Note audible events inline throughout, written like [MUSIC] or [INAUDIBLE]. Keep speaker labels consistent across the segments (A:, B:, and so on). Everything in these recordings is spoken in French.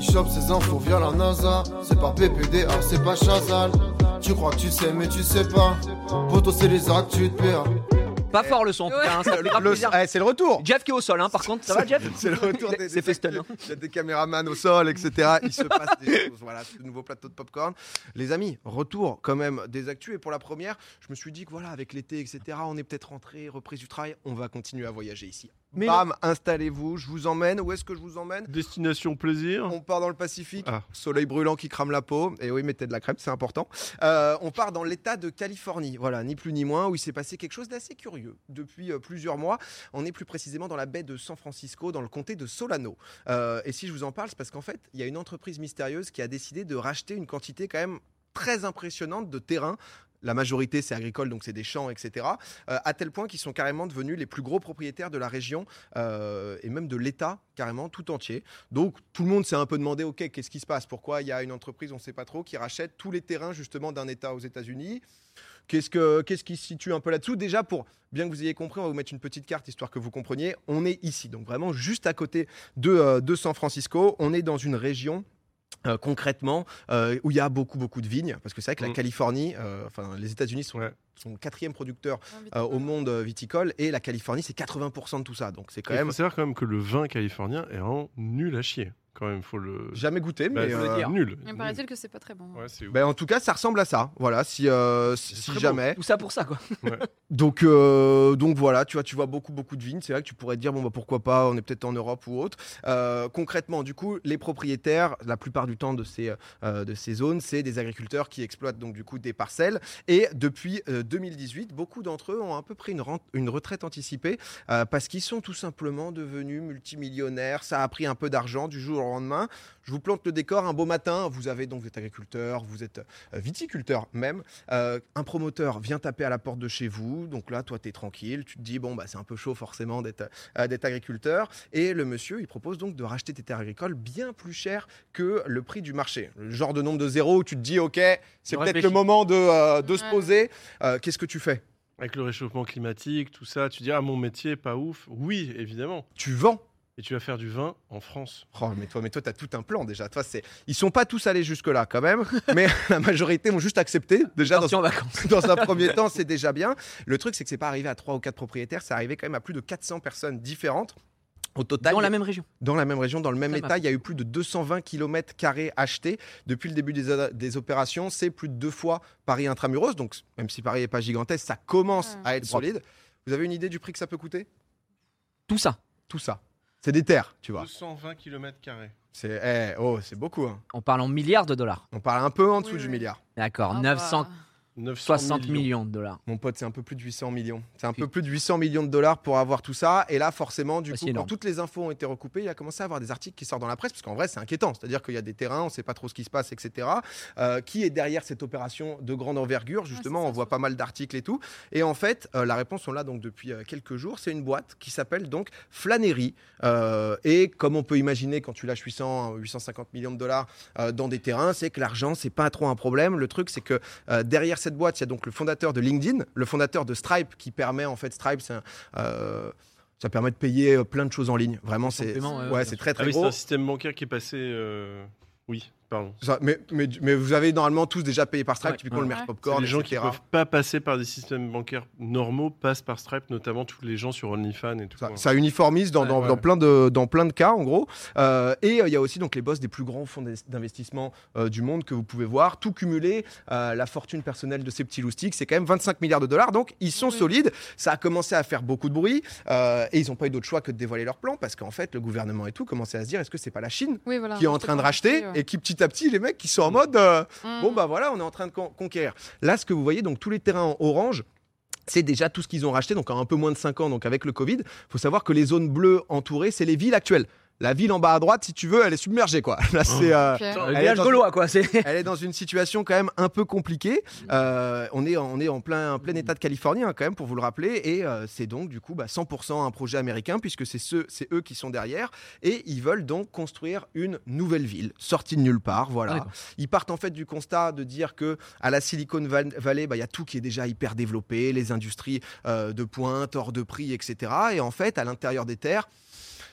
A: chope ces infos via la NASA. C'est pas PPDA, c'est pas Chazal. Tu crois que tu sais, mais tu sais pas. Poto, c'est les actes, tu te perds.
B: Pas fort le son, putain, hein, ça fait grave
C: Le- Bah,
B: plaisir.
C: eh, c'est le retour.
B: Jeff qui est au sol, hein, par contre, ça va Jeff
C: [LAUGHS] C'est le retour des,
B: C'est
C: des
B: Feston. hein.
C: Il y a des caméramans au sol, etc. Il se passe [LAUGHS] des choses. Voilà, ce nouveau plateau de popcorn. Les amis, retour quand même des actus. Et pour la première, je me suis dit que voilà, avec l'été, etc., on est peut-être rentré, reprise du travail, on va continuer à voyager ici.
B: Mais
C: Bam, installez-vous, je vous emmène. Où est-ce que je vous emmène
D: Destination plaisir.
C: on part dans le Pacifique,
D: Ah.
C: soleil brûlant qui crame la peau, et oui, mettez de la crème, c'est important. Euh, on part dans l'État de Californie, voilà, ni plus ni moins, où il s'est passé quelque chose d'assez curieux depuis euh, plusieurs mois. On est plus précisément dans la baie de San Francisco, dans le comté de Solano. Euh, et si je vous en parle, c'est parce qu'en fait, il y a une entreprise mystérieuse qui a décidé de racheter une quantité quand même très impressionnante de terrain. La majorité, c'est agricole, donc c'est des champs, etc. Euh, à tel point qu'ils sont carrément devenus les plus gros propriétaires de la région euh, et même de l'État, carrément, tout entier. Donc tout le monde s'est un peu demandé, ok, qu'est-ce qui se passe Pourquoi il y a une entreprise, on ne sait pas trop, qui rachète tous les terrains justement d'un État aux États-Unis Qu'est-ce que- qu'est-ce qui se situe un peu là-dessous Déjà, pour bien que vous ayez compris, on va vous mettre une petite carte histoire que vous compreniez. On est ici, donc vraiment juste à côté de, euh, de San Francisco. On est dans une région. euh, concrètement, euh, où il y a beaucoup, beaucoup de vignes, parce que c'est vrai que la
D: Mm.
C: Californie, euh, enfin les États-Unis sont,
D: Ouais.
C: sont le quatrième producteur euh, au monde euh, viticole, et la Californie, c'est 80% de tout ça, donc c'est quand
D: Il
C: même
D: faut savoir quand même que le vin californien est vraiment nul à chier. Quand même, faut le.
C: jamais goûté,
D: Bah,
C: mais
D: faut
C: euh,
D: le dire. Nul. Bah,
E: Il me
D: Nul.
E: paraît-il que c'est pas très bon. hein.
D: Ouais, c'est ouf.
C: Ben, en tout cas, ça ressemble à ça. Voilà, si, euh, si, si
D: très beau.
C: jamais.
B: Tout ça pour ça quoi.
C: Donc, euh, donc voilà, tu vois, tu vois beaucoup, beaucoup de vignes. C'est vrai que tu pourrais te dire, bon, bah, pourquoi pas, on est peut-être en Europe ou autre. Euh, concrètement, du coup, les propriétaires, la plupart du temps de ces, euh, de ces zones, c'est des agriculteurs qui exploitent donc du coup des parcelles. Et depuis euh, 2018, beaucoup d'entre eux ont à peu près une, rente- une retraite anticipée euh, parce qu'ils sont tout simplement devenus multimillionnaires. Ça a pris un peu d'argent du jour au lendemain. Je vous plante le décor. Un beau matin, vous avez donc, vous êtes agriculteur, vous êtes euh, viticulteur même. Euh, un promoteur vient taper à la porte de chez vous, donc là, toi, tu es tranquille, tu te dis, bon, bah, c'est un peu chaud forcément d'être euh, d'être agriculteur, et le monsieur, il propose donc de racheter tes terres agricoles bien plus cher que le prix du marché. Le genre de nombre de zéro où tu te dis, ok, c'est
B: On
C: peut-être
B: réfléchit.
C: le moment de, euh, de se
E: Ouais.
C: poser, Euh, qu'est-ce que tu fais
D: Avec le réchauffement climatique, tout ça, tu dis ah mon métier pas ouf. Oui, évidemment.
C: Tu vends
D: Et tu vas faire du vin en France.
C: Oh, mais toi, mais toi, t'as tout un plan déjà. Toi, c'est, ils sont pas tous allés jusque là quand
E: [LAUGHS]
C: même, mais la majorité ont juste accepté déjà dans
B: Parti en vacances.
C: [LAUGHS] dans un premier temps, c'est déjà bien. Le truc, c'est que c'est pas arrivé à trois ou quatre propriétaires, c'est arrivé quand même à plus de 400 personnes différentes. Au total,
B: Dans la même région.
C: dans la même région, dans le même
B: Ça
C: état,
B: marche.
C: il y a eu plus de 220 km carrés achetés depuis le début des, des opérations. C'est plus de deux fois Paris intramuros. Donc, même si Paris n'est pas gigantesque, ça commence
E: Ouais.
C: à être
B: C'est propre.
C: solide. Vous avez une idée du prix que ça peut coûter
B: Tout ça.
C: Tout ça. C'est des terres,
D: Bah.
C: tu vois.
D: 220 km carrés.
C: C'est eh, oh, c'est beaucoup. hein.
B: On parle en milliards de dollars.
C: On parle un peu en dessous
E: Oui,
C: du
E: oui.
C: milliard.
B: D'accord,
E: Ah,
B: 960
E: bah,
D: 960
B: millions. de dollars.
C: Mon pote, c'est un peu plus de 800 millions. C'est un
B: Puis-
C: peu plus de 800 millions de dollars pour avoir tout ça. Et là, forcément, du
B: Ah, c'est
C: coup, quand
B: énorme.
C: toutes les infos ont été recoupées, il a commencé à avoir des articles qui sortent dans la presse, parce qu'en vrai, c'est inquiétant. C'est-à-dire qu'il y a des terrains, on ne sait pas trop ce qui se passe, etc. Euh, qui est derrière cette opération de grande envergure Justement,
E: Ah, c'est ça,
C: on voit
E: surtout.
C: pas mal d'articles et tout. Et en fait, euh, la réponse, on l'a donc depuis euh, quelques jours. C'est une boîte qui s'appelle donc Flanery. Euh, et comme on peut imaginer, quand tu lâches 800, 850 millions de dollars euh, dans des terrains, c'est que l'argent, c'est pas trop un problème. Le truc, c'est que euh, derrière cette boîte, il y a donc le fondateur de LinkedIn, le fondateur de Stripe, qui permet en fait Stripe, c'est un, euh, ça permet de payer euh, plein de choses en ligne. Vraiment, c'est
B: paiement, ouais,
C: ouais,
B: ouais,
C: c'est très
D: Ah
C: très
D: oui, c'est
C: gros.
D: un système bancaire qui est passé. euh, Oui, pardon.
C: Ça, mais, mais, mais vous avez normalement tous déjà payé par Stripe,
B: Ouais.
C: typiquement le maire
E: Ouais.
C: Popcorn,
D: les gens qui
C: etc.
D: peuvent pas passer par des systèmes bancaires normaux passent par Stripe, notamment tous les gens sur OnlyFans et tout.
C: Ça,
D: Ouais.
C: ça uniformise dans,
B: Ouais,
C: dans-
D: ouais.
C: dans plein de, dans plein de cas, en gros. Euh, et euh, il y a aussi donc, les boss des plus grands fonds d'in- d'investissement euh, du monde que vous pouvez voir. Tout cumulé, euh, la fortune personnelle de ces petits loustiques, c'est quand même 25 milliards de dollars. Donc, ils sont
E: Oui.
C: solides. Ça a commencé à faire beaucoup de bruit. euh, et ils n'ont pas eu d'autre choix que de dévoiler leur plan parce qu'en fait, le gouvernement et tout commençait à se dire est-ce que c'est pas la Chine
E: Oui, voilà.
C: qui est en train de racheter et qui petit à petit les mecs qui sont en mode euh, Bon, bah voilà, on est en train de con- conquérir. Là, ce que vous voyez, donc tous les terrains en orange, c'est déjà tout ce qu'ils ont racheté, donc en un peu moins de 5 ans, donc avec le Covid. faut savoir que les zones bleues entourées, c'est les villes actuelles. La ville en bas à droite, si tu veux, elle est submergée, quoi. [LAUGHS] Là, c'est. euh,
B: Le
C: Elle est
B: village
C: dans-
B: gaulois quoi. C'est [LAUGHS]
C: [LAUGHS] Elle est dans une situation quand même un peu compliquée. Euh, on, est, on est en plein, en plein état de Californie, hein, quand même, pour vous le rappeler. Et euh, c'est donc, du coup, bah, 100% un projet américain, puisque c'est ceux- c'est eux qui sont derrière. Et ils veulent donc construire une nouvelle ville, sortie de nulle part. Voilà.
B: D'accord.
C: Ils partent en fait du constat de dire que à la Silicon Val- Valley, bah, il y a tout qui est déjà hyper développé, les industries euh, de pointe, hors de prix, etc. Et en fait, à l'intérieur des terres,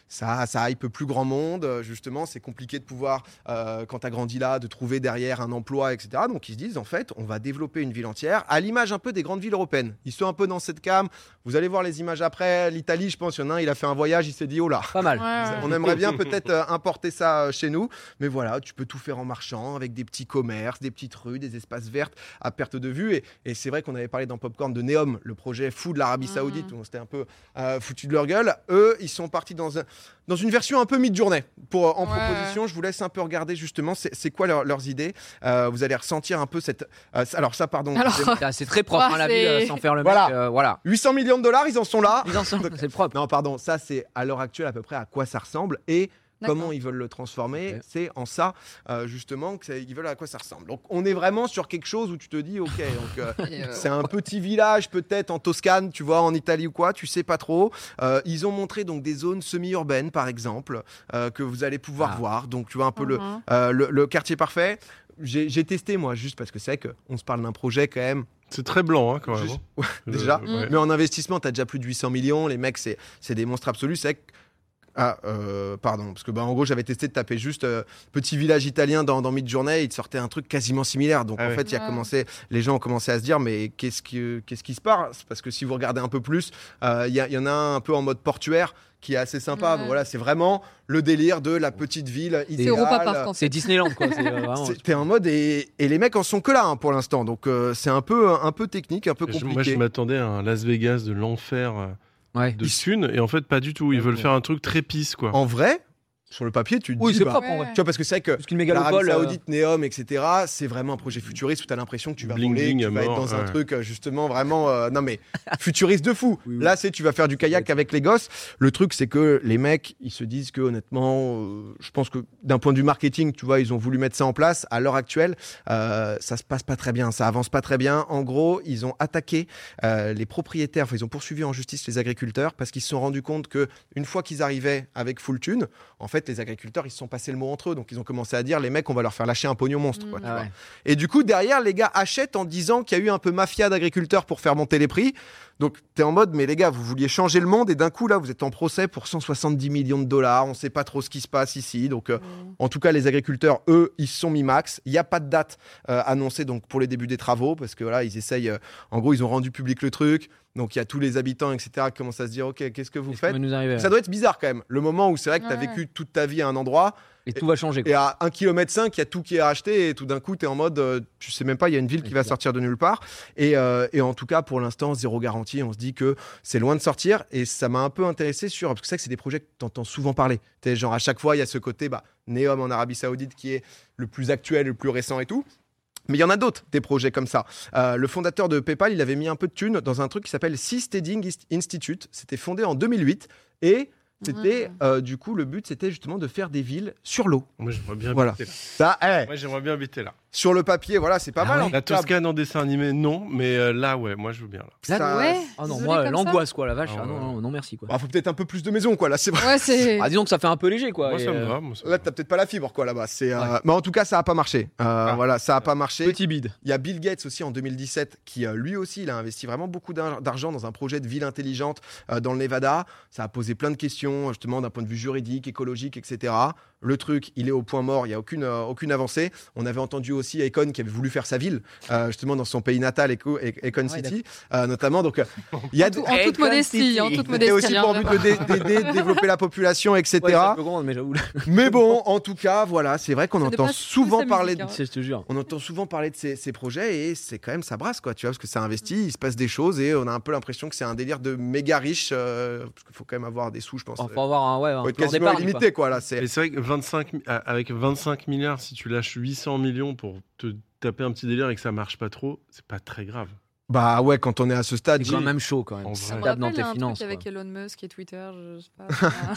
C: ça, ça hype plus grand monde. euh, Justement, c'est compliqué de pouvoir, euh, quand tu as grandi là, de trouver derrière un emploi, etc. Donc, ils se disent, en fait, on va développer une ville entière, à l'image un peu des grandes villes européennes. Ils sont un peu dans cette cam. Vous allez voir les images après. L'Italie, je pense, il y en a un, il a fait un voyage, il s'est dit, oh là,
B: Pas mal.
E: Ouais,
C: on
E: ouais.
C: aimerait bien peut-être euh, importer ça euh, chez nous, mais voilà, tu peux tout faire en marchant, avec des petits commerces, des petites rues, des espaces verts à perte de vue. Et, et c'est vrai qu'on avait parlé dans Popcorn de Neom, le projet fou de l'Arabie
E: Mhm.
C: Saoudite, où on s'était un peu euh, foutu de leur gueule. Eux, ils sont partis dans, un- dans une version un peu mid-journée. Pour, euh, en
E: Ouais.
C: proposition, je vous laisse un peu regarder justement c'est c'est quoi leur- leurs idées. Euh, vous allez ressentir un peu cette... euh, alors ça, pardon.
E: Alors,
C: c'est-
B: Putain, C'est très propre,
E: Ah,
B: hein, la
E: c'est-
B: ville, euh, sans faire le
C: Voilà.
B: mec. euh, voilà.
C: 800 millions de dollars, ils en sont là.
B: Ils en
C: [LAUGHS]
B: sont- C'est propre.
C: Non, pardon, ça c'est à l'heure actuelle à peu près à quoi ça ressemble et
E: D'accord.
C: comment ils veulent le transformer.
B: Ok.
C: C'est en ça, euh, justement, qu'ils veulent à quoi ça ressemble. Donc on est vraiment sur quelque chose où tu te dis, ok, donc, euh,
B: [LAUGHS]
E: Et, euh,
C: c'est un petit village peut-être en Toscane, tu vois, en Italie ou quoi, tu sais pas trop. Euh, ils ont montré donc des zones semi-urbaines, par exemple, euh, que vous allez pouvoir
B: Ah.
C: voir. Donc tu vois un peu le,
E: mhm.
C: euh, le, le quartier parfait. J'ai j'ai testé moi, juste parce que c'est vrai qu'on se parle d'un projet quand même
D: C'est très blanc, hein, quand même.
C: Juste-
D: hein.
C: Ouais, déjà.
D: Euh, ouais.
C: Mais en investissement, tu as déjà plus de 800 millions. Les mecs, c'est c'est des monstres absolus. C'est vrai que- Ah, euh, pardon. Parce que, bah, en gros, j'avais testé de taper juste euh, petit village italien dans, dans Midjourney. Il te sortait un truc quasiment similaire. Donc,
D: Ah
C: en
D: ouais.
C: fait, il y a
E: Ouais.
C: commencé, les gens ont commencé à se dire mais qu'est-ce qui, qu'est-ce qui se passe Parce que si vous regardez un peu plus, euh, il y, a- il y en a un un peu en mode portuaire qui est assez sympa.
E: Ouais.
C: Donc, voilà, c'est vraiment le délire de la petite ville
E: C'est
C: idéale.
E: Europa Park en
B: C'est
E: fait.
B: Disneyland, quoi. c'est, euh, vraiment-
C: C'est- T'es en mode et, et les mecs en sont que là hein, pour l'instant. Donc, euh, c'est un peu, un peu technique, un peu
D: Je-
C: compliqué.
D: Moi, je m'attendais à un Las Vegas de l'enfer euh,
B: Ouais.
D: de Sun, et en fait, pas du tout. Ils
C: Ah
D: veulent
C: ouais.
D: faire un truc très pisse, quoi.
C: En vrai, sur le papier, tu te
B: Oui,
C: dis.
B: c'est
C: bah,
B: propre en vrai.
C: Tu vois, parce que c'est vrai que
B: Parce qu'une
C: l'Arabie
B: mégalopole. euh,
C: Saoudite, Neom, etc., c'est vraiment un projet futuriste où tu as l'impression que tu vas
D: Bling,
C: voler,
D: bling
C: que
D: à
C: tu vas être
D: mort,
C: dans un
D: ouais.
C: truc, euh, justement, vraiment. euh,
B: [LAUGHS]
C: non, mais futuriste de fou.
B: Oui, oui.
C: Là, c'est tu vas faire du kayak avec les gosses. Le truc, c'est que les mecs, ils se disent que, honnêtement, euh, je pense que d'un point de vue marketing, tu vois, ils ont voulu mettre ça en place. À l'heure actuelle, euh, ça se passe pas très bien, ça avance pas très bien. En gros, ils ont attaqué euh, les propriétaires, enfin, ils ont poursuivi en justice les agriculteurs parce qu'ils se sont rendus compte que une fois qu'ils arrivaient avec full thune, en fait, les agriculteurs, ils se sont passés le mot entre eux. Donc, ils ont commencé à dire, les mecs, on va leur faire lâcher un pognon monstre. quoi,
E: Mm.
C: tu
B: ah
C: vois.
B: ouais.
C: Et du coup, derrière, les gars achètent en disant qu'il y a eu un peu mafia d'agriculteurs pour faire monter les prix. Donc, t'es en mode, mais les gars, vous vouliez changer le monde et d'un coup, là, vous êtes en procès pour 170 millions de dollars. On sait pas trop ce qui se passe ici. Donc, euh,
E: Mhm.
C: en tout cas, les agriculteurs, eux, ils se sont mis max. Il n'y a pas de date euh, annoncée donc pour les débuts des travaux parce que voilà, ils essayent. euh, en gros, ils ont rendu public le truc. Donc, il y a tous les habitants, etc., qui commencent à se dire, ok, qu'est-ce que vous
B: Qu'est-ce qui va
C: faites
B: nous arriver,
C: Ça
B: là
C: doit être bizarre quand même. Le moment où c'est vrai que t'as
E: Ouais.
C: vécu toute ta vie à un endroit
B: Et tout va changer. quoi.
C: et à 1,5 km, il y a tout qui est racheté et tout d'un coup, tu es en mode, euh, tu sais même pas, il y a une ville qui va sortir de nulle part. Et, euh, et en tout cas, pour l'instant, zéro garantie. On se dit que c'est loin de sortir et ça m'a un peu intéressé sur. Parce que c'est vrai que c'est des projets que tu entends souvent parler. T'es genre, à chaque fois, il y a ce côté, bah, Neom en Arabie Saoudite qui est le plus actuel, le plus récent et tout. Mais il y en a d'autres, des projets comme ça. Euh, le fondateur de PayPal, il avait mis un peu de thunes dans un truc qui s'appelle Seasteading Ist- Institute. C'était fondé en 2008 et c'était, euh, du coup, le but, c'était justement de faire des villes sur l'eau.
D: Moi, j'aimerais bien
C: Voilà.
D: habiter là.
C: Ça, eh,
D: Moi, j'aimerais bien habiter là.
C: sur le papier, voilà, c'est pas
B: Ah
C: mal.
B: ouais.
C: en
D: La
C: tout cas.
D: Toscane en dessin animé, non, mais euh, là, ouais, moi, je veux bien là.
B: Là,
C: Ça-
E: Ouais.
B: Ah non,
E: Isolé
B: moi,
E: Eh, comme
B: l'angoisse, quoi, la vache.
D: Ah
B: Ah non,
D: ouais.
B: non, non, merci, quoi.
C: Bah, faut peut-être un peu plus de maisons, quoi. Là,
B: [LAUGHS]
C: c'est vrai.
E: ça Ouais, c'est.
B: Ah, disons que ça fait un peu léger, quoi.
D: Moi,
B: et,
D: ça me
B: euh,
D: va. moi, ça me
C: Là,
D: va.
C: t'as peut-être pas la fibre, quoi, là-bas. C'est, euh, Mais en tout cas, ça a pas marché. Euh, Voilà, ça a pas marché.
B: Ah. Petit bide.
C: Il y a Bill Gates aussi en 2017 qui, euh, lui aussi, il a investi vraiment beaucoup d'ar- d'argent dans un projet de ville intelligente euh, dans le Nevada. Ça a posé plein de questions, justement, d'un point de vue juridique, écologique, etc. Le truc, il est au point mort, il n'y a aucune, euh, aucune avancée. On avait entendu aussi Econ qui avait voulu faire sa ville, euh, justement, dans son pays natal, Eco- E- Econ
B: Ah ouais,
C: City, euh,
B: [LAUGHS]
C: notamment. Donc, euh, il y a
E: En toute
B: Econ
E: modestie,
B: City.
E: en toute
C: C'était
E: modestie.
C: aussi
E: hein,
C: pour but de
E: vraiment.
C: dé- d'aider, de développer la population, etc.
B: Ouais, ça, je peux comprendre, mais j'avoue. là,
C: Mais bon, en tout cas, voilà, c'est vrai qu'on
E: Ça
C: entend
E: dépasse
C: souvent
E: plus la
C: parler.
E: musique,
C: de-
B: [LAUGHS]
E: hein.
B: Je te jure.
C: On entend souvent parler de ces, ces projets et c'est quand même ça brasse quoi, tu vois, parce que ça investit, il se passe des choses et on a un peu l'impression que c'est un délire de méga riche, euh, parce qu'il faut quand même avoir des sous, je pense. euh,
B: Enfin, faut avoir un, ouais, un
C: faut être
B: plan
C: quasiment
B: d'épargne, quoi.
C: illimité quoi là.
D: Et
C: C'est
D: c'est vrai que 25, mi- à- avec 25 milliards, si tu lâches 800 millions pour te taper un petit délire et que ça marche pas trop, c'est pas très grave.
C: bah ouais, quand on est à ce stade,
B: C'est
C: j'ai-
B: quand même chaud, quand même.
D: En
E: Ça
D: vrai.
E: me
B: Tape dans
E: rappelle
B: tes
E: un
B: finances,
E: truc
B: quoi.
E: avec Elon Musk et Twitter, je sais
C: [LAUGHS]
E: pas.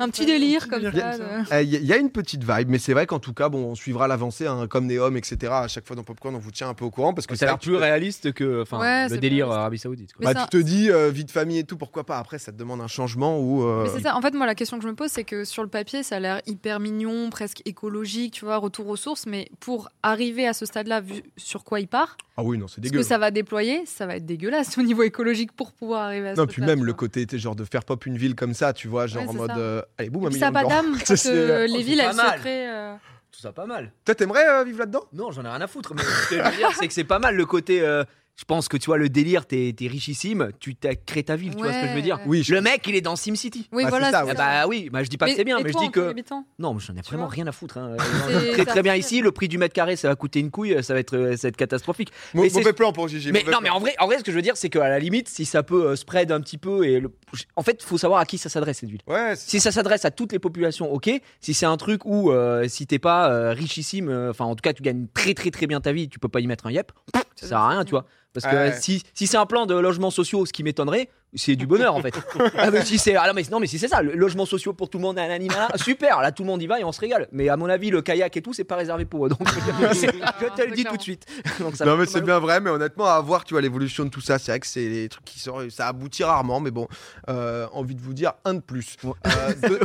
E: un petit délire comme ça. de-
C: Euh, Il y- y a une petite vibe, mais c'est vrai qu'en tout cas, bon, on suivra l'avancée hein, comme Neom, etc. À chaque fois dans Popcorn, on vous tient un peu au courant parce que
B: Ça a
C: c'est
B: l'air plus réaliste que enfin,
E: Ouais, c'est
B: le
E: plus
B: délire
E: réaliste.
B: Arabie Saoudite. Quoi.
E: Mais
C: Bah,
E: ça-
C: tu te dis euh, vie de famille et tout, pourquoi pas Après, ça te demande un changement ou. euh,
E: Mais c'est ça. En fait, moi, la question que je me pose, c'est que sur le papier, ça a l'air hyper mignon, presque écologique, tu vois, retour aux sources. Mais pour arriver à ce stade-là, vu sur quoi il part,
C: Ah oui, non, c'est
E: ce
C: dégueu.
E: que ça va déployer, mais ça va être dégueulasse au niveau écologique pour pouvoir arriver à
C: Non,
E: ce
C: puis
E: truc-là,
C: même
E: tu
C: le
E: vois.
C: côté, tu sais, genre de faire pop une ville comme ça, tu vois, genre
E: Ouais,
C: en
E: c'est
C: mode.
E: ça.
C: euh, allez, boum,
E: Et
C: un
E: puis
C: million
E: ça
C: de
E: n'a pas
C: gens. [LAUGHS]
E: d'âme
C: Ça,
E: parce
C: c'est- euh,
E: que
B: Oh,
E: les
B: c'est
E: villes
B: pas
E: elles
B: mal.
E: se créent. euh,
B: Tout ça pas mal.
C: Toi, t'aimerais euh, vivre là-dedans
B: Non, j'en ai rien à foutre. [LAUGHS] Mais ce que je veux dire, c'est que c'est pas mal le côté. euh, je pense que tu vois le délire, t'es t'es richissime, tu t'as créé ta ville, tu vois ce que je veux dire.
E: Ouais.
C: Oui,
B: Le mec, il est dans SimCity.
C: Bah,
E: Oui,
C: c'est
E: voilà.
C: ça,
E: c'est
C: ouais.
B: Ah
E: ça.
B: bah oui, bah je dis pas que c'est bien, mais, je
E: toi, en
B: dis
E: tant
B: que.
E: qu'habitant
B: Non, mais j'en ai vraiment
E: vois
B: rien à foutre. hein.
E: C'est-
B: Très
E: ça
B: très bien
E: fait-
B: ici, le prix du mètre carré, ça va coûter une couille, ça va être, euh, ça va être catastrophique.
C: Mau-
B: Mais c'est-
C: mauvais plan pour Gigi.
B: Mais
C: mauvais
B: non, mais
C: plan.
B: en vrai, en vrai, ce que je veux dire, c'est qu'à la limite, si ça peut euh, spread un petit peu, et le- en fait, faut savoir à qui ça s'adresse cette ville.
C: Ouais, c'est-
B: Si ça s'adresse à toutes les populations, ok. Si c'est un truc où euh, si t'es pas euh, richissime, euh, enfin en tout cas tu gagnes très très très bien ta vie, tu peux pas y mettre un yep, ça sert à rien, tu vois. Parce que
C: Ouais.
B: si, si c'est un plan de logements sociaux, ce qui m'étonnerait, c'est du bonheur en
C: [LAUGHS]
B: fait. ah, mais si c'est, ah non, mais, non mais si c'est ça, le logement sociaux pour tout le monde, nanani, nanana, super, là tout le monde y va et on se régale. Mais à mon avis, le kayak et tout, c'est pas réservé pour eux. Donc
E: Ah,
B: c'est- [LAUGHS] je te le dis tout de suite. [LAUGHS] Donc, ça
C: non
B: fait
C: mais
B: mal
C: c'est
B: au-
C: bien vrai, mais honnêtement à voir, tu vois l'évolution de tout ça, c'est vrai que c'est les trucs qui sortent, ça aboutit rarement, mais bon, euh, envie de vous dire un de plus. Euh,
B: [LAUGHS]
C: deux-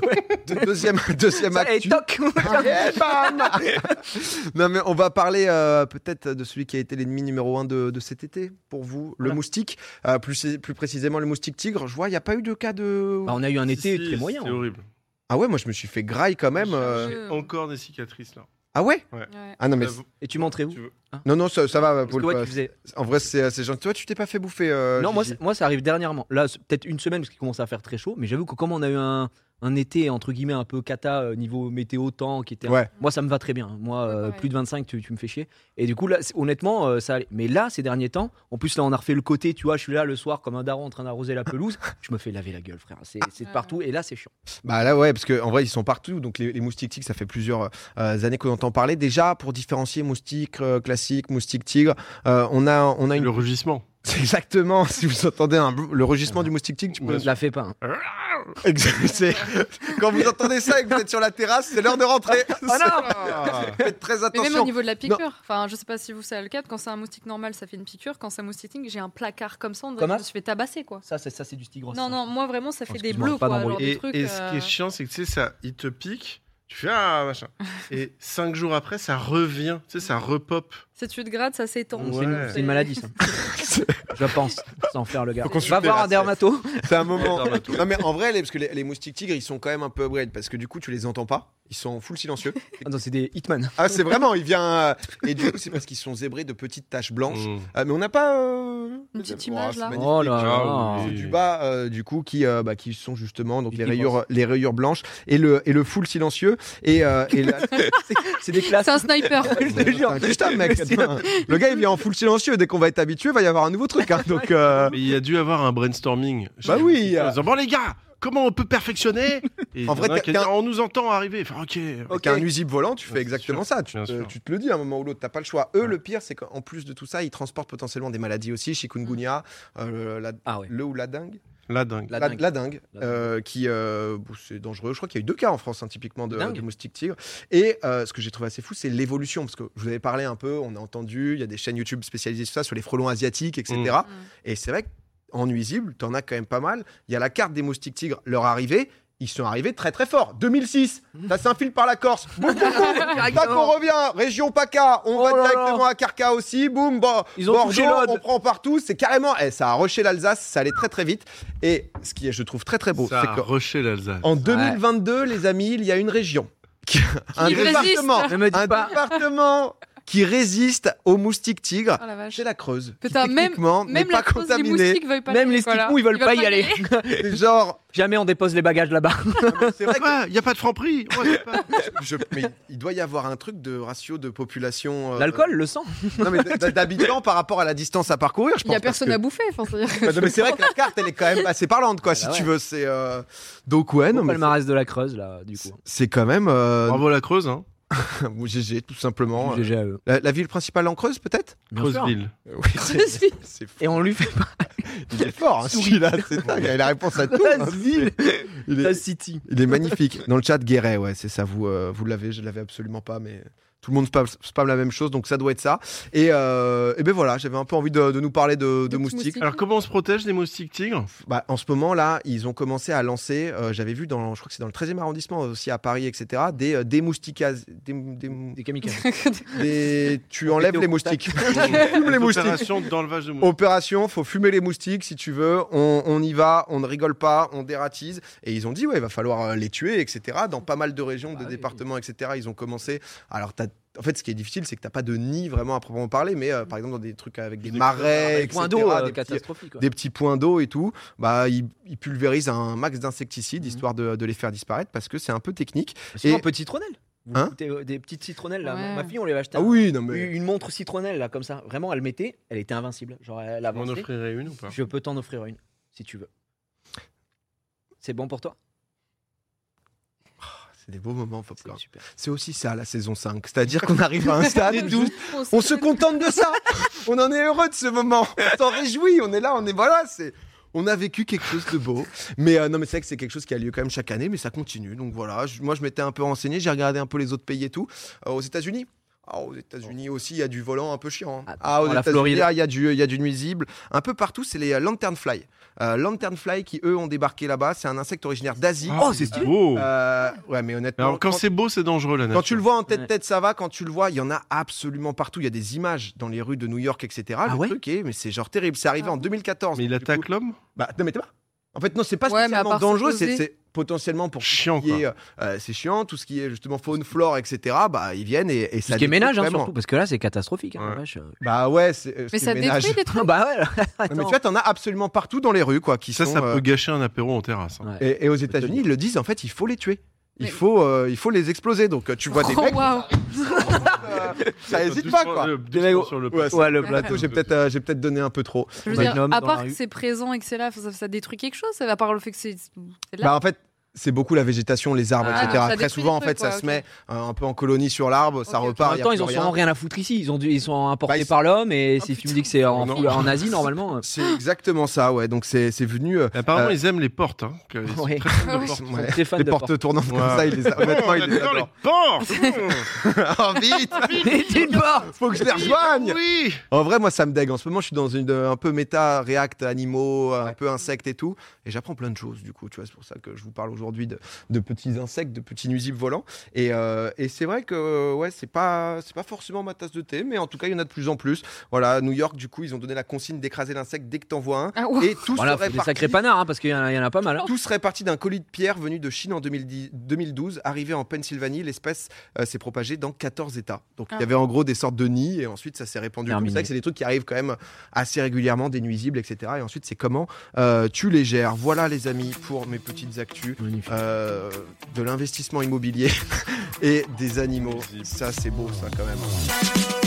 C: deux- deuxième deuxième
B: Ça- et
C: actu.
B: toc
C: Et bam [LAUGHS] non mais on va parler euh, peut-être de celui qui a été l'ennemi numéro un de, de cet été pour vous, le
B: Voilà.
C: moustique, Euh, plus, plus précisément le moustique tigre. Je vois, il n'y a pas eu de cas de.
B: Bah, On a eu un
D: Si,
B: été
D: si,
B: très moyen. hein.
D: C'était horrible.
C: Ah ouais, moi je me suis fait graille quand même. euh.
D: J'ai encore des cicatrices là.
C: Ah ouais
E: Ouais.
C: Ah non mais
D: Là,
C: c'est-
D: vous-
B: Et tu montrais où
D: tu veux-
C: non non ça, ça va.
B: Euh, Parce
C: Paul,
B: que, ouais,
C: pas-
B: tu faisais-
C: En vrai c'est c'est gentil. Toi tu t'es pas fait bouffer. euh,
B: non, moi,
C: Gigi.
B: c'est- moi, ça arrive dernièrement. Là, c'est peut-être une semaine parce qu'il commence à faire très chaud. Mais j'avoue que comme on a eu un, un été entre guillemets un peu cata euh, niveau météo temps qui était,
C: Ouais.
B: moi ça me va très bien. Moi,
E: Ouais,
B: euh,
E: pareil.
B: plus de 25, tu, tu me fais chier. Et du coup là, c'est- honnêtement, euh, ça. allait. Mais là, ces derniers temps, en plus là, on a refait le côté. Tu vois, je suis là le soir comme un daron en train d'arroser la pelouse. [LAUGHS] je me fais laver la gueule, frère. C'est c'est de
E: Ouais.
B: partout. Et là, c'est chiant.
C: Bah là ouais parce que en vrai ils sont partout donc les, les moustiques tigres ça fait plusieurs euh, années qu'on entend parler déjà pour différencier moustique euh, classique moustique tigre euh, on a on a une
D: Le rugissement.
C: C'est [LAUGHS] exactement si vous entendez un bl- le
B: Ah.
C: rugissement du moustique tigre tu peux
B: Ne la fais pas. hein.
C: Exact, c'est- quand vous entendez ça et que vous êtes sur la terrasse c'est l'heure de rentrer
E: Ah
C: [LAUGHS] faites très
E: Mais même au
C: attention
E: niveau de la piqûre, enfin, je sais pas si vous savez le cas, quand c'est un moustique normal, ça fait une piqûre. Quand c'est un moustique, tigre, j'ai un placard comme ça, on dirait que
B: Comment
E: je me suis fait tabasser, quoi.
B: Ça, c'est ça, c'est du stigros.
E: Non,
B: Oh, ça.
E: non, moi vraiment, ça fait des
B: excuse-moi,
E: bleus,
B: pas
E: quoi. genre
B: d'embrouille.
E: des
D: Et,
E: trucs,
D: et ce qui
E: euh,
D: est chiant, c'est que tu sais, ça, il te pique, tu fais ah
E: [LAUGHS]
D: machin. et cinq jours après, ça revient, tu sais, ça repop.
E: Si tu te grades, ça s'étend.
B: Donc, C'est une,
D: Ouais.
B: c'est une maladie, ça. je pense, sans faire le gars.
C: Faut qu'on se
B: Va
C: libère,
B: voir un
C: c'est-
B: dermato.
C: c'est un moment non mais en vrai les- parce que les, les moustiques tigres ils sont quand même un peu upgrade parce que du coup tu les entends pas ils sont full silencieux
B: Ah non, c'est des hitman.
C: ah c'est vraiment il vient euh, et du coup c'est parce qu'ils sont zébrés de petites taches blanches
D: Mmh.
C: Ah, mais on n'a pas euh,
E: Une petite image,
C: c'est
E: là.
C: magnifique.
B: Oh là
D: Ah
B: là.
D: oui.
C: C'est du bas euh, du coup qui euh, bah, qui sont justement donc
B: Et
C: les
B: qui
C: rayures
B: brossent.
C: les rayures blanches et le et le full silencieux et, euh, et la-
B: C'est- C'est des classes.
E: C'est un
B: [LAUGHS]
E: sniper. [LAUGHS] Oh,
B: Je te jure.
C: Putain, juste un mec, demain. le gars il vient en full silencieux dès qu'on va être habitué il va y avoir un nouveau truc hein. donc euh,
D: Mais il a dû avoir un brainstorming.
C: Bah oui,
D: En disant, bon les gars, comment on peut [LAUGHS] perfectionner Et
C: En
D: en
C: vrai, t'as- t'as-
D: on nous entend arriver. Enfin, [LAUGHS] ok.
C: Avec un nuisible volant, tu
D: Ouais,
C: fais
D: c'est
C: exactement
D: sûr.
C: ça. Tu
D: Bien
C: te,
D: sûr.
C: tu te le dis à un moment ou l'autre, t'as pas le choix. Eux,
D: Ouais.
C: le pire, c'est qu'en plus de tout ça, ils transportent potentiellement des maladies aussi, chikungunya, euh, la-
B: Ah ouais.
C: le ou la dingue.
D: Là dingue.
B: La
C: La,
B: dingue.
C: la dingue,
B: La dingue.
C: euh, qui euh, bon, c'est dangereux. Je crois qu'il y a eu deux cas en France hein, typiquement de,
B: Dingue.
C: de moustique tigre. Et euh, ce que j'ai trouvé assez fou, c'est l'évolution, parce que je vous avais parlé un peu, on a entendu, il y a des chaînes YouTube spécialisées sur ça, sur les frelons asiatiques, etc.
E: Mm.
C: Et c'est vrai qu'en nuisible, t'en as quand même pas mal. Il y a la carte des moustiques tigres, leur arrivée. Ils sont arrivés très très fort. 2006,
B: Mm.
C: ça s'infile par
B: [LAUGHS]
C: la Corse. Boum, boum, boum. Tac, on revient. Région PACA, on
B: Oh
C: va
B: là là.
C: directement à Carca aussi. Boum, bon,
B: Ils ont touché
C: Bordeaux,
B: l'Aude.
C: on prend partout. C'est carrément. Eh, ça a rushé l'Alsace, ça allait très très vite. Et ce qui est, je trouve très très beau,
D: ça
C: c'est
D: a
C: que
D: rushé l'Alsace.
C: en 2022, les amis, il y a une région, qui- un
E: Qui résiste.
C: département,
B: Ne me
C: un
B: dis pas.
C: département qui résiste aux moustiques tigres.
E: Oh la vache.
C: C'est la Creuse. qui
E: Putain, même-
C: techniquement n'est
E: Même
C: pas
E: la creuse, les
C: contaminée.
E: moustiques veulent pas
B: Même
E: y
B: les
E: aller, voilà.
B: sticous, ils veulent pas y aller.
C: C'est [LAUGHS] genre,
B: [LAUGHS] Jamais on dépose les bagages là-bas.
C: c'est
E: [LAUGHS]
C: vrai que
D: Quoi Il n'y a pas de franc prix [LAUGHS]
C: je- mais il doit y avoir un truc de ratio de population. euh,
B: L'alcool, le sang.
C: Non, mais d- d'habitants par rapport à la distance à parcourir, je
E: [LAUGHS] Il y
C: pense.
E: a personne à
C: parce
E: bouffer. enfin, c'est-à-dire
C: que- Bah, non, mais c'est vrai
B: [LAUGHS]
C: que la carte, elle est quand même assez parlante, quoi, si
B: Bah
C: tu
B: ouais.
C: veux. C'est. euh, Donc, ouais,
B: Le
C: non, mais.
B: palmarès de la Creuse, là, du
C: c'est-
B: coup.
C: C'est quand même. euh, [LAUGHS]
D: Bravo la Creuse, hein.
C: bon, GG, tout simplement.
B: GG à eux.
C: La, la ville principale en Creuse, peut-être
B: E. Bien sûr.
D: Creuseville.
C: Euh, Oui, c'est-
E: que-
C: c'est fou.
B: [LAUGHS] Et on lui fait
C: [LAUGHS] Il est fort, hein, celui-là, c'est dingue. Il a la réponse à tout. hein.
B: la ville,
C: Il est-
B: la city.
C: Ah, Il est magnifique. Dans le chat, Guéret, ouais, c'est ça. Vous, euh, vous l'avez, je l'avais absolument pas, mais Tout le monde spam, spam la même chose, donc ça doit être ça. Et, euh, et ben voilà, j'avais un peu envie de, de nous parler de, de
E: petits
C: moustiques.
E: moustiques. [LAUGHS]
D: Alors, comment on se protège des moustiques [LAUGHS] tigres
C: Bah, en ce moment là, ils ont commencé à lancer, euh, j'avais vu dans, je crois que c'est dans le 13e arrondissement aussi à Paris, etc., des, euh, des moustiquages. Des, des,
B: Des kamikazes.
C: des- tu enlèves
B: était au
C: les
B: contact.
C: moustiques. [LAUGHS] Fume les moustiques.
D: Opération d'enlevage de moustiques.
C: Opération, faut fumer les moustiques si tu veux. On, on y va, on ne rigole pas, on dératise. Et ils ont dit, ouais, il va falloir euh, les tuer, etc. Dans pas mal de régions,
B: Bah
C: de
B: oui.
C: départements, etc. Ils ont commencé. Alors, t'as- en fait, ce qui est difficile, c'est que t'as pas de nid vraiment à proprement parler, mais euh, par exemple dans des trucs avec [LAUGHS] des marais,
B: Des points
C: etc.,
B: d'eau euh,
C: des petits-
B: catastrophiques. ouais.
C: des petits points d'eau et tout, bah, ils, ils pulvérisent un max d'insecticides
B: Mhm.
C: histoire de, de les faire disparaître parce que c'est un peu technique.
B: Sinon,
C: et-
B: un peu de citronnelle. Vous
C: Hein
B: goûtez, euh, des petites citronnelles là.
E: Ouais.
B: Ma fille, on les achetait.
C: Ah oui, non mais.
B: Une une montre citronnelle là comme ça. Vraiment, elle mettait, elle était invincible. Genre elle
D: On en
B: avançait.
D: offrirait une ou pas
B: Je peux t'en offrir une si tu veux. C'est bon pour toi
C: C'est des beaux moments,
B: C'est
C: Popcorn.
B: super.
C: C'est aussi ça, la saison 5. C'est-à-dire qu'on arrive à
B: [LAUGHS]
C: un stade où
E: Grosse-
C: on se contente de ça. on en est heureux de ce moment. On s'en réjouit. On est là, on est voilà. C'est on a vécu quelque chose de beau. Mais euh, non, mais c'est vrai que c'est quelque chose qui a lieu quand même chaque année, mais ça continue. Donc voilà, je- moi je m'étais un peu renseigné, j'ai regardé un peu les autres pays et tout. Euh, aux États-Unis. Ah, aux États-Unis aussi, il y a du volant un peu chiant. hein.
B: Ah,
C: Ah, aux
B: dans la
C: États-Unis,
B: Floride.
C: là, il y, a du- il y a du nuisible. Un peu partout, c'est les euh, lanternfly. Euh, lanternfly qui, eux, ont débarqué là-bas. C'est un insecte originaire d'Asie.
B: Oh, c'est stylé.
D: beau
C: Euh, ouais, mais honnêtement.
D: Alors, quand
C: quand-
D: c'est beau, c'est dangereux, la
C: quand
D: nature.
C: tu le vois en
B: Ouais.
C: tête-tête, ça va. Quand tu le vois, il y en a absolument partout. Il y a des images dans les rues de New York, etc.
B: Ah
C: le
B: ouais
C: truc est, mais c'est genre terrible. C'est arrivé
E: Ah
C: en 2014.
D: Mais il
C: donc, du
D: attaque
C: coup-
D: l'homme
C: Bah, non, mais t'es pas. En fait, non, c'est pas
E: Ouais, mais à
C: spécialement
E: part se
C: dangereux. C'est
E: poser.
C: c'est potentiellement pour tout ce
D: Chiant,
C: qui est, euh, c'est chiant. Tout ce qui est justement faune, flore, etc. Bah, ils viennent et, et
B: Tout
C: ça.
B: ce qui est
C: détruit
B: ménage, hein,
C: vraiment.
B: surtout, parce que là, c'est catastrophique. hein,
D: Ouais.
B: vache.
C: Bah ouais. c'est- euh,
E: Mais
C: ce qui est
E: ça
C: ménage. [LAUGHS]
E: détruit des trucs.
B: Ah bah ouais, là,
C: Non, mais
B: attends.
C: tu vois, t'en as absolument partout dans les rues, quoi. Qui
D: Ça,
C: sont,
D: ça
C: euh,
D: peut gâcher un apéro en terrasse. hein.
B: Ouais.
C: Et, et aux États-Unis, ils le disent. En fait, il faut les tuer. Il
E: Mais-
C: faut, euh, il faut les exploser. Donc, euh,
E: [LAUGHS]
C: tu vois des
E: Oh,
C: mecs,
E: waouh.
C: euh, ça hésite pas, quoi.
D: Doucement, euh, doucement
B: Des mecs-
D: sur le
C: Ouais,
D: plateau.
B: Ouais, le
E: Ouais.
B: plateau.
C: J'ai peut-être, euh, j'ai peut-être donné un peu trop.
E: Je veux
B: Magnum
E: dire, à
B: dans la
E: part
B: rue.
E: que c'est présent et que c'est là, ça, ça détruit quelque chose, à part le fait que c'est c'est là.
C: Bah, en fait, c'est beaucoup la végétation, les arbres,
B: Ah,
C: etc.
E: ça
C: Très
E: détruit
C: souvent,
E: des
C: en fait,
E: trucs,
C: ça
E: ouais,
C: se
E: ok.
C: met euh, un peu en colonie sur l'arbre, ça
E: Ok, ok.
C: repart.
B: en
C: y
B: même
C: a
B: temps,
C: plus
B: ils en
C: rien.
B: sont rien à foutre ici. Ils, ont dû- ils sont importés
C: Bah, ils-
B: par l'homme. Et
E: Oh,
B: si tu me
E: putain.
B: dis que c'est en,
D: Non.
B: en Asie, normalement. euh,
C: C'est exactement ça, ouais. Donc c'est c'est venu. euh,
D: Apparemment,
C: Euh,
D: ils aiment les portes. Hein, que- ils sont
B: Ouais.
D: très fans de
E: [LAUGHS] Ouais.
D: portes.
C: ouais,
B: [LAUGHS] Très fan
C: Les
B: de
C: portes tournantes comme ça, ils
B: [LAUGHS]
C: les a- honnêtement, ils les
D: Dans les
C: [LAUGHS] adorent.
D: portes
C: Ah, vite
B: Mais [LAUGHS] c'est une porte
C: Faut que je les rejoigne
D: Oui
C: En vrai, moi, ça me dégue. En ce moment, je suis dans une euh, un peu méta React animaux, un peu insectes et tout, et j'apprends plein de choses. Du coup, tu vois, c'est pour ça que je vous parle aujourd'hui de, de petits insectes, de petits nuisibles volants. Et, euh, et c'est vrai que ouais, c'est pas c'est pas forcément ma tasse de thé, mais en tout cas, il y en a de plus en plus. Voilà, à New York, du coup, ils ont donné la consigne d'écraser l'insecte dès que t'en vois un,
E: Ah, waouh.
C: et tout
B: Voilà,
C: se
B: faut des
C: répartit.
B: sacrés panards, hein, parce qu'il y, en a- il y en a pas mal. hein.
C: Tout serait parti d'un colis de pierre venu de Chine en 2010 2012. Arrivé en Pennsylvanie, l'espèce euh, s'est propagée dans 14 États. Donc il y
E: Ah.
C: avait en gros des sortes de nids et ensuite ça s'est répandu. comme
B: Terminé.
C: ça. C'est des trucs qui arrivent quand même assez régulièrement, des nuisibles, etc. Et ensuite c'est comment euh, tu les gères. Voilà les amis pour mes petites actus.
B: Magnifique.
C: euh, de l'investissement immobilier [LAUGHS] et des animaux.
D: Nuisibles.
C: Ça, c'est beau, ça, quand même.